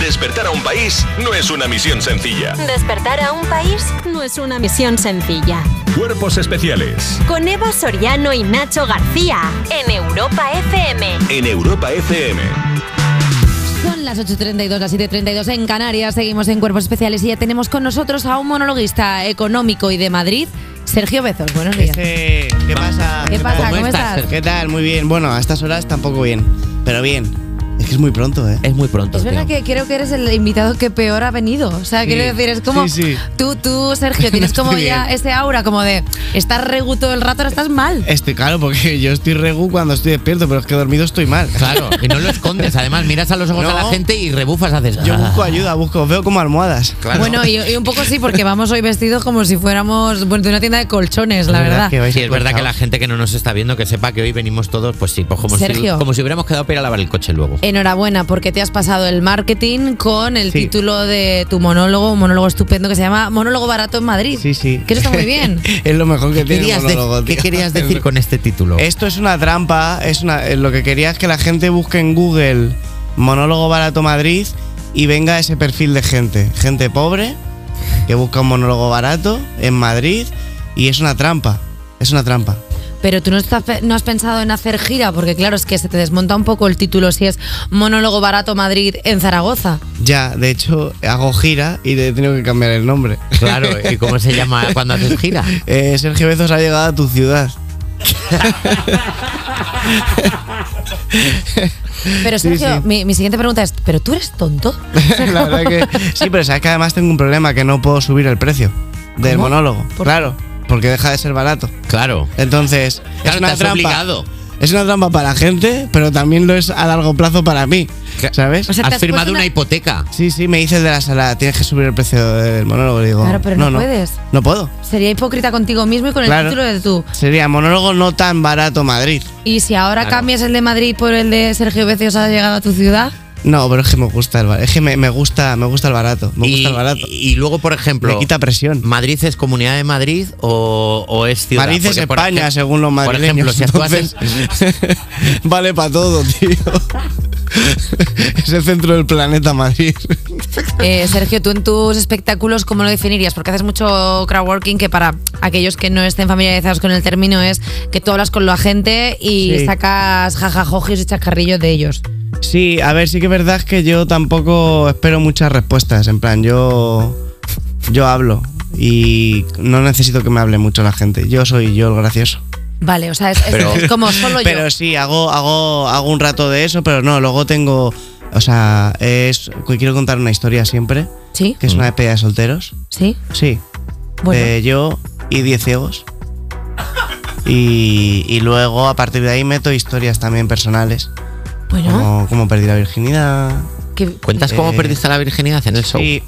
Despertar a un país no es una misión sencilla. Despertar a un país no es una misión sencilla. Cuerpos especiales. Con Eva Soriano y Nacho García en Europa FM. En Europa FM. Son las 8.32, las 7.32 en Canarias. Seguimos en Cuerpos Especiales y ya tenemos con nosotros a un monologuista económico y de Madrid, Sergio Bezos. Buenos días. Ese- ¿Qué pasa? ¿Qué pasa? ¿Cómo estás? ¿Qué tal? Muy bien. Bueno, a estas horas tampoco bien, pero bien. Es que es muy pronto, ¿eh? Es muy pronto. Es verdad tío. que creo que eres el invitado que peor ha venido. O sea, quiero decir, es como sí, sí. tú, tú, Sergio, tienes como Estoy ya bien. Eh, ese aura como de estás regu todo el rato, ahora estás mal. Estoy Este, claro, porque yo estoy regu cuando estoy despierto, pero es que dormido estoy mal. Claro, y no lo escondes. Además, miras a los ojos No. a la gente y rebufas, haces. Yo "Ah". busco ayuda, busco, veo como almohadas. Bueno, y, y un poco sí, porque vamos hoy vestidos como si fuéramos bueno, de una tienda de colchones, la verdad. que vais Sí, es verdad que la cortados. gente que no nos está viendo, que sepa que hoy venimos todos, pues sí, pues como, si, Sergio. como si hubiéramos quedado para ir a lavar el coche luego. Enhorabuena, porque te has pasado el marketing con el Sí. título de tu monólogo, un monólogo estupendo que se llama Monólogo Barato en Madrid. Sí, sí. Que eso está muy bien. es lo mejor que tiene el ¿Querías de- monólogo, ¿Qué tío. querías decir con este título? Esto es una trampa, es una, eh, lo que quería es que la gente busque en Google monólogo barato Madrid y venga ese perfil de gente, gente pobre que busca un monólogo barato en Madrid y es una trampa, es una trampa. Pero tú no, estás, no has pensado en hacer gira, porque claro, es que se te desmonta un poco el título si es Monólogo Barato Madrid en Zaragoza. Ya, de hecho, hago gira y le he tenido que cambiar el nombre. Claro, ¿y cómo se llama cuando haces gira? Eh, Sergio Bezos ha llegado a tu ciudad. Pero Sí, Sergio, sí. Mi, mi siguiente pregunta es, ¿pero tú eres tonto? La verdad que sí, pero sabes que además tengo un problema que no puedo subir el precio del ¿Cómo? monólogo. ¿Por qué? Claro, porque deja de ser barato. Claro. Entonces, Claro, es una te has trampa. obligado. Es una trampa para la gente, pero también lo es a largo plazo para mí, Claro. ¿sabes? O sea, te Has has puesto firmado una- una hipoteca. sí, sí, me dice el de la sala, tienes que subir el precio del monólogo. Digo, Claro, pero no puedes. No puedo. Sería hipócrita contigo mismo y con Claro. el título de tú. Sería monólogo no tan barato Madrid. Y si ahora Claro. cambias el de Madrid por el de Sergio Becios ha llegado a tu ciudad, No, pero es que me gusta el barato. Es que me, me gusta, me gusta el barato. Me Y, gusta el barato. y luego, por ejemplo, me quita presión. ¿Madrid es Comunidad de Madrid o, o es ciudad? Madrid es Porque, por España, ejemplo- según los Por madrileños. ejemplo, si actuases, entonces, vale para todo, tío. es el centro del planeta Madrid. eh, Sergio, tú en tus espectáculos, ¿cómo lo definirías? Porque haces mucho crowdworking, que para aquellos que no estén familiarizados con el término es que tú hablas con la gente y Sí. sacas jajajojis y chascarrillos de ellos. Sí, a ver, sí que es verdad que yo tampoco espero muchas respuestas. En plan, yo. Yo hablo y no necesito que me hable mucho la gente. Yo soy yo el gracioso. Vale, o sea, es, es- Pero- es como solo yo. Pero sí, hago, hago, hago un rato de eso, pero no, luego tengo. O sea, es. Quiero contar una historia siempre, ¿Sí? que es una despedida de solteros. ¿Sí? Sí, Bueno. Eh, yo y 10 ciegos. Y, y luego a partir de ahí meto historias también personales. bueno, Como cómo perdí la virginidad. que- ¿Cuentas cómo Eh, perdiste la virginidad en el show? Sí,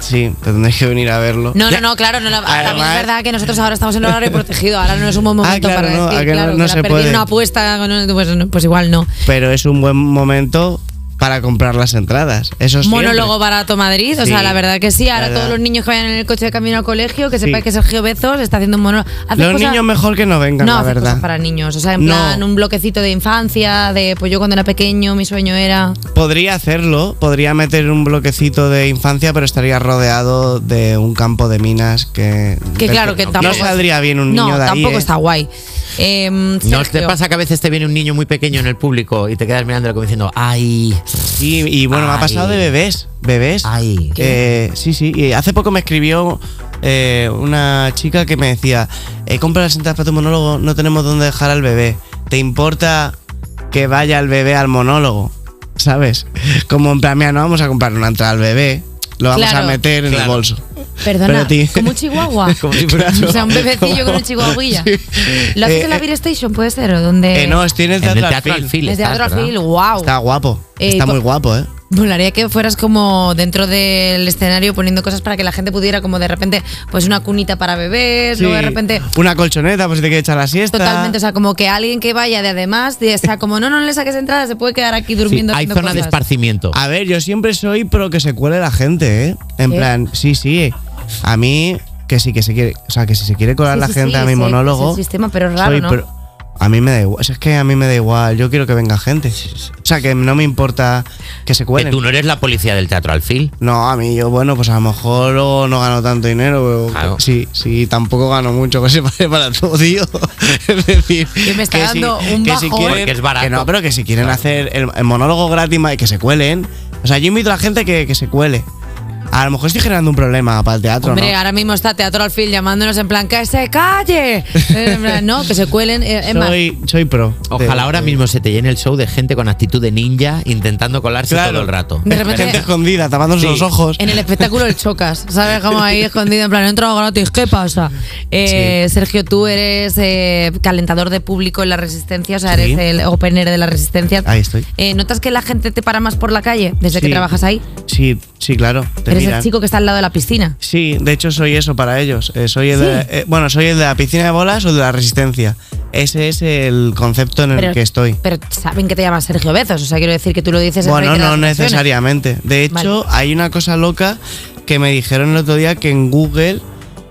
sí, te tendréis que venir a verlo. No, no, no, claro, no, no, también es Además- Ah, verdad que nosotros ahora estamos en horario protegido, ahora no es un buen momento claro, para no, decir, a que no- claro, no que la se perdí puede. una apuesta, con- pues, no, pues igual no. Pero es un buen momento para comprar las entradas. Eso es Monólogo barato Madrid, o sea, Sí, la verdad que sí, ahora verdad. todos los niños que vayan en el coche de camino al colegio, que Sí. sepa que Sergio Bezos está haciendo un monólogo. Hace Los cosas- niños mejor que no vengan, no, la hace verdad. cosas para niños, o sea, en No. plan un bloquecito de infancia, de pues yo cuando era pequeño mi sueño era... Podría hacerlo, podría meter un bloquecito de infancia, pero estaría rodeado de un campo de minas que. Que del claro, que no tampoco... saldría bien un no, niño de ahí. tampoco ¿eh? está guay. Eh, ¿No te Sergio. pasa que a veces te viene un niño muy pequeño en el público y te quedas mirándolo como diciendo, ay, Sí, y bueno, me ha pasado de Ay. bebés. Bebés. ay? Eh, sí, sí. Y hace poco me escribió eh, una chica que me decía: eh, Compra las entradas para tu monólogo, no tenemos dónde dejar al bebé. ¿Te importa que vaya el bebé al monólogo? ¿Sabes? Como en plan, mira, no vamos a comprar una entrada al bebé, lo vamos Claro. a meter en el Claro. bolso. Perdona, Pero ti- como un chihuahua. Como si fuera- O sea, un bebecillo con un chihuahuilla. Sí. ¿Lo haces Eh, en la Beer Station? ¿Puede ser? ¿O donde Eh, no, estoy en el En el teatro, teatro Alfil. Alfil Desde estás, Adro ¿verdad? Alfil, wow. Está guapo. Eh, Está co- muy guapo, ¿eh? Molaría que fueras como dentro del escenario poniendo cosas para que la gente pudiera como de repente, pues una cunita para bebés, pues luego de Sí. repente... Ah. Una colchoneta, pues si te quieres echar la siesta. Totalmente, o sea, como que alguien que vaya de además, de, o sea, como no, no le saques entrada, se puede quedar aquí Sí, durmiendo. hay haciendo zona de cosas. esparcimiento. A ver, yo siempre soy pro que se cuele la gente, ¿eh? En ¿Sí? plan, sí, sí. A mí, que sí, que se quiere. O sea, que si se quiere colar Sí, la sí, gente sí, a mi sí, monólogo. es el sistema, pero es raro, soy ¿no? pro- A mí me da igual, es que a mí me da igual, yo quiero que venga gente. O sea, que no me importa que se Que cuelen. tú no eres la policía del teatro alfil. No, a mí yo, bueno, pues a lo mejor luego no gano tanto dinero, pero Claro. sí, sí, tampoco gano mucho, que se vale para todo, tío. es decir, Que me está dando un bajón. Porque es barato. que no, pero que si quieren hacer el, el monólogo gratis ma- y que se cuelen. O sea, yo invito a la gente que, que se cuele. A lo mejor estoy generando un problema para el teatro, Hombre, ¿no? ahora mismo está Teatro Alfil llamándonos en plan que se calle. Eh, En plan, no, que se cuelen. eh, Es más, Soy, soy pro. Ojalá ahora mismo mismo se te llene el show de gente con actitud de ninja intentando colarse Claro. todo el rato. de Gente repente Eh. escondida, tapándose Sí. los ojos. en el espectáculo el chocas, ¿sabes? Como ahí escondido, en plan, he entrado gratis, ¿qué pasa? Eh, Sergio, tú eres eh, calentador de público en la Resistencia, o sea, Sí. eres el opener de la Resistencia. Ahí estoy. Eh, ¿Notas que la gente te para más por la calle desde que Sí. trabajas ahí? Sí, sí, claro. Te eres miran. el chico que está al lado de la piscina. Sí, de hecho soy eso para ellos. Eh, soy el de, Sí. eh, bueno, soy el de la piscina de bolas o de la resistencia. Ese es el concepto en el que estoy. Pero saben que te llamas Sergio Bezos, o sea, quiero decir que tú lo dices en Bueno, reiteradas no ocasiones. necesariamente. De hecho, hay una cosa loca que me dijeron el otro día que en Google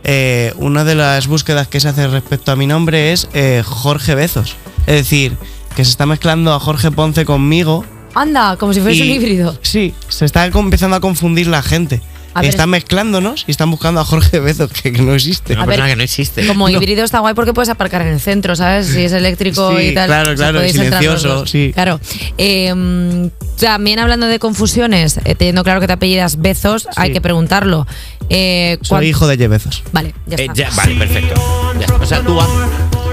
eh, una de las búsquedas que se hace respecto a mi nombre es eh, Jorge Bezos. Es decir, que se está mezclando a Jorge Ponce conmigo. Anda, como si fuese un Y- híbrido. Sí, se está com- empezando a confundir la gente. A ver, están mezclándonos y están buscando a Jorge Bezos, que, que no existe. Una ver, persona que no existe. Eh, Como híbrido está guay porque puedes aparcar en el centro, ¿sabes? Si es eléctrico Sí, y tal. claro, o sea, claro, podéis entrar los silencioso, dos. sí. Claro. Eh, mm, también hablando de confusiones, eh, teniendo claro que te apellidas Bezos, hay que preguntarlo. Eh, ¿cuán- Soy hijo de Jeff Bezos. Vale, ya Eh, está. ya, vale, perfecto. Ya está. O sea, tú, a-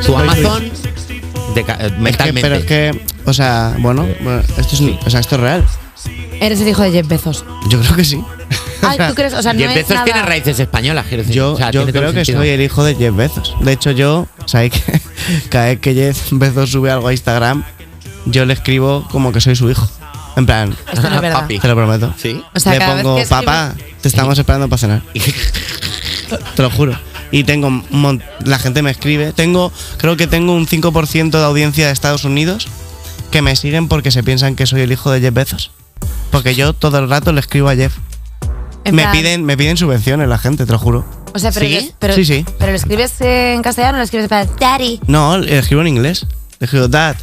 tu Amazon de ca- eh, Es que- mentalmente. pero es que, o sea, bueno, bueno, esto es, o sea, esto es real. Eres el hijo de Jeff Bezos. Yo creo que sí. Ay, ¿tú crees? O sea, no Jeff es Bezos nada- tiene raíces españolas, quiero decir. Yo, O sea, yo tiene todo creo el que sentido. soy el hijo de Jeff Bezos. De hecho, yo, ¿sabéis que cada vez que Jeff Bezos sube algo a Instagram, yo le escribo como que soy su hijo. En plan, Esto no es verdad. Papi. te lo prometo. Sí. O sea, le cada vez pongo, que escribe- papá, te estamos esperando para cenar. Te lo juro. Y tengo, un mon- la gente me escribe. Tengo, creo que tengo un 5% de audiencia de Estados Unidos que me siguen porque se piensan que soy el hijo de Jeff Bezos. Porque yo todo el rato le escribo a Jeff. En Me plan- piden, me piden subvenciones la gente, te lo juro. O sea, pero, ¿Sí? pero- Sí, sí. pero lo escribes en castellano o lo escribes para Daddy. No, le escribo en inglés. Le escribo, Dad.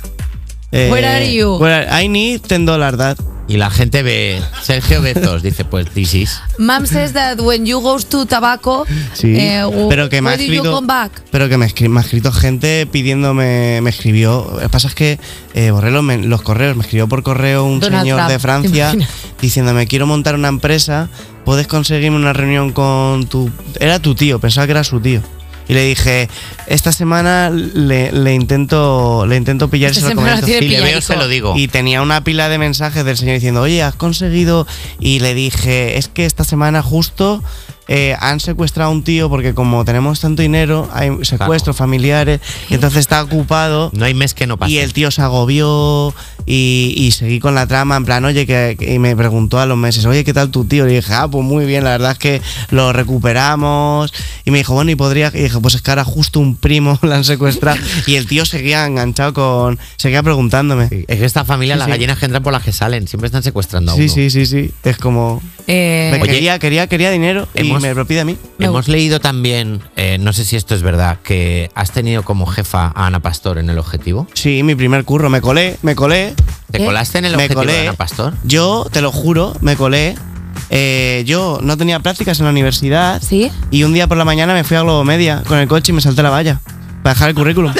eh, Where are you?" where are- I need 10 dólares, Dad. Y la gente ve Sergio Bezos, dice, pues this is. Mom says that when you goes to tobacco, eh, w- pero que me ha where do you escrito. come back? Pero que me, escri- me ha escrito gente pidiéndome. Me escribió. Lo que pasa es que eh, borré los, men- los correos. Me escribió por correo un Donald señor Trump, de ¿te Francia imaginas? diciéndome: Quiero montar una empresa. ¿Puedes conseguirme una reunión con tu. Era tu tío, pensaba que era su tío. Y le dije, esta semana le, le intento le intento pillar y Esta se lo semana comento". tiene Si le veo, pillarico. se lo digo. Y tenía una pila de mensajes del señor diciendo, oye, has conseguido. Y le dije, es que esta semana justo eh, han secuestrado a un tío porque como tenemos tanto dinero, hay secuestros familiares, y entonces está ocupado. No hay mes que no pase. Y el tío se agobió y, y seguí con la trama, en plan, oye, que, que- y me preguntó a los meses, oye, ¿qué tal tu tío? Le dije, ah, pues muy bien, la verdad es que lo recuperamos. Y me dijo, bueno, y podría, y dije, pues es que ahora justo un primo la han secuestrado. Y el tío seguía enganchado con, seguía preguntándome. Sí, Es que esta familia, Sí, las sí. gallinas que entran por las que salen, siempre están secuestrando a uno. Sí, sí, sí, sí. Es como. Eh, me Oye, quería, quería, quería dinero y hemos- me lo pide a mí. Me Hemos gusta. leído también, eh, no sé si esto es verdad, que has tenido como jefa a Ana Pastor en el objetivo. Sí, mi primer curro. Me colé, me colé. ¿Te ¿Qué? colaste en el me objetivo colé. de Ana Pastor? Yo, te lo juro, me colé. Eh, yo no tenía prácticas en la universidad. ¿Sí? Y un día por la mañana me fui a Globo Media con el coche y me salté la valla. Para dejar el currículum.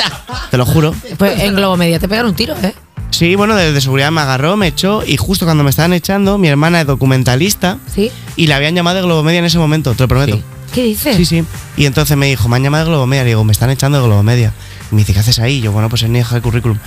te lo juro. Pues en Globo Media te pegaron un tiro, ¿eh? Sí, bueno, desde seguridad me agarró, me echó. Y justo cuando me estaban echando, mi hermana es documentalista. ¿Sí? Y la habían llamado de Globo Media en ese momento, te lo prometo. Sí. ¿Qué dices? Sí, sí. Y entonces me dijo, me han llamado de Globomedia. Le digo, me están echando de Globomedia. Y me dice, ¿qué haces ahí? Y yo, bueno, pues he venido a dejar el currículum.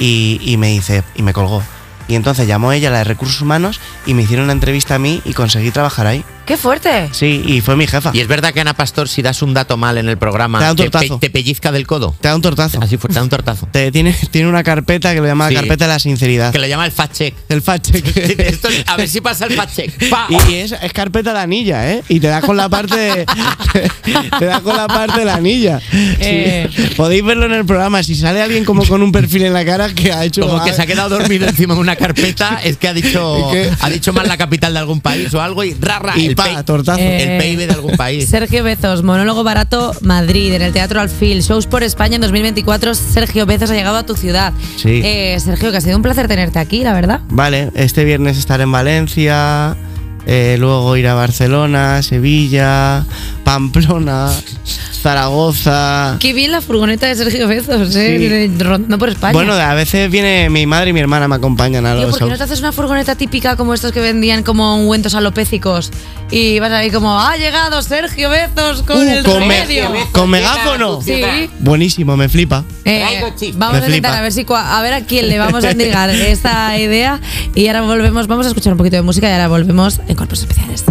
Y, y me dice, y me colgó. Y entonces llamó ella, la de recursos humanos, y me hicieron una entrevista a mí y conseguí trabajar ahí. ¡Qué fuerte! Sí, y fue mi jefa. Y es verdad que Ana Pastor, si das un dato mal en el Te da programa, un te, pe- tortazo. te pellizca del codo. Te da un tortazo. Así fue, te da un tortazo. Te, tiene, tiene una carpeta que lo llama Sí. carpeta de la sinceridad. Que lo llama el fact check. El fact check. Esto- a ver si pasa el fact check. Pa. Y, y es, es carpeta de anilla, ¿eh? Y te da con la parte de, te da con la parte de la anilla. Sí. Eh. Podéis verlo en el programa. Si sale alguien como con un perfil en la cara que ha hecho. Como que se ha quedado dormido encima de una carpeta, es que ha dicho Es que- ha dicho mal la capital de algún país o algo y rara Y el Pa, tortazo. Eh, El PIB de algún país. Sergio Bezos, monólogo barato Madrid, en el Teatro Alfil, shows por España en 2024. Sergio Bezos ha llegado a tu ciudad. Sí. Eh, Sergio, que ha sido un placer tenerte aquí, la verdad. Vale, este viernes estar en Valencia, eh, luego ir a Barcelona, Sevilla, Pamplona, Zaragoza. Qué bien la furgoneta de Sergio Bezos, ¿eh? rondando por España. Bueno, a veces viene mi madre y mi hermana me acompañan a Tío, los ¿por qué no te haces una furgoneta típica como estos que vendían como ungüentos alopécicos? Y vas ahí como, ha llegado Sergio Bezos con Uh, el con me- remedio. con megáfono. Sí. Buenísimo, me flipa. Eh, Traigo chip. vamos Me a intentar flipa. a ver, si, cua- a ver a quién le vamos a entregar esta idea. Y ahora volvemos, vamos a escuchar un poquito de música y ahora volvemos en Cuerpos Especiales.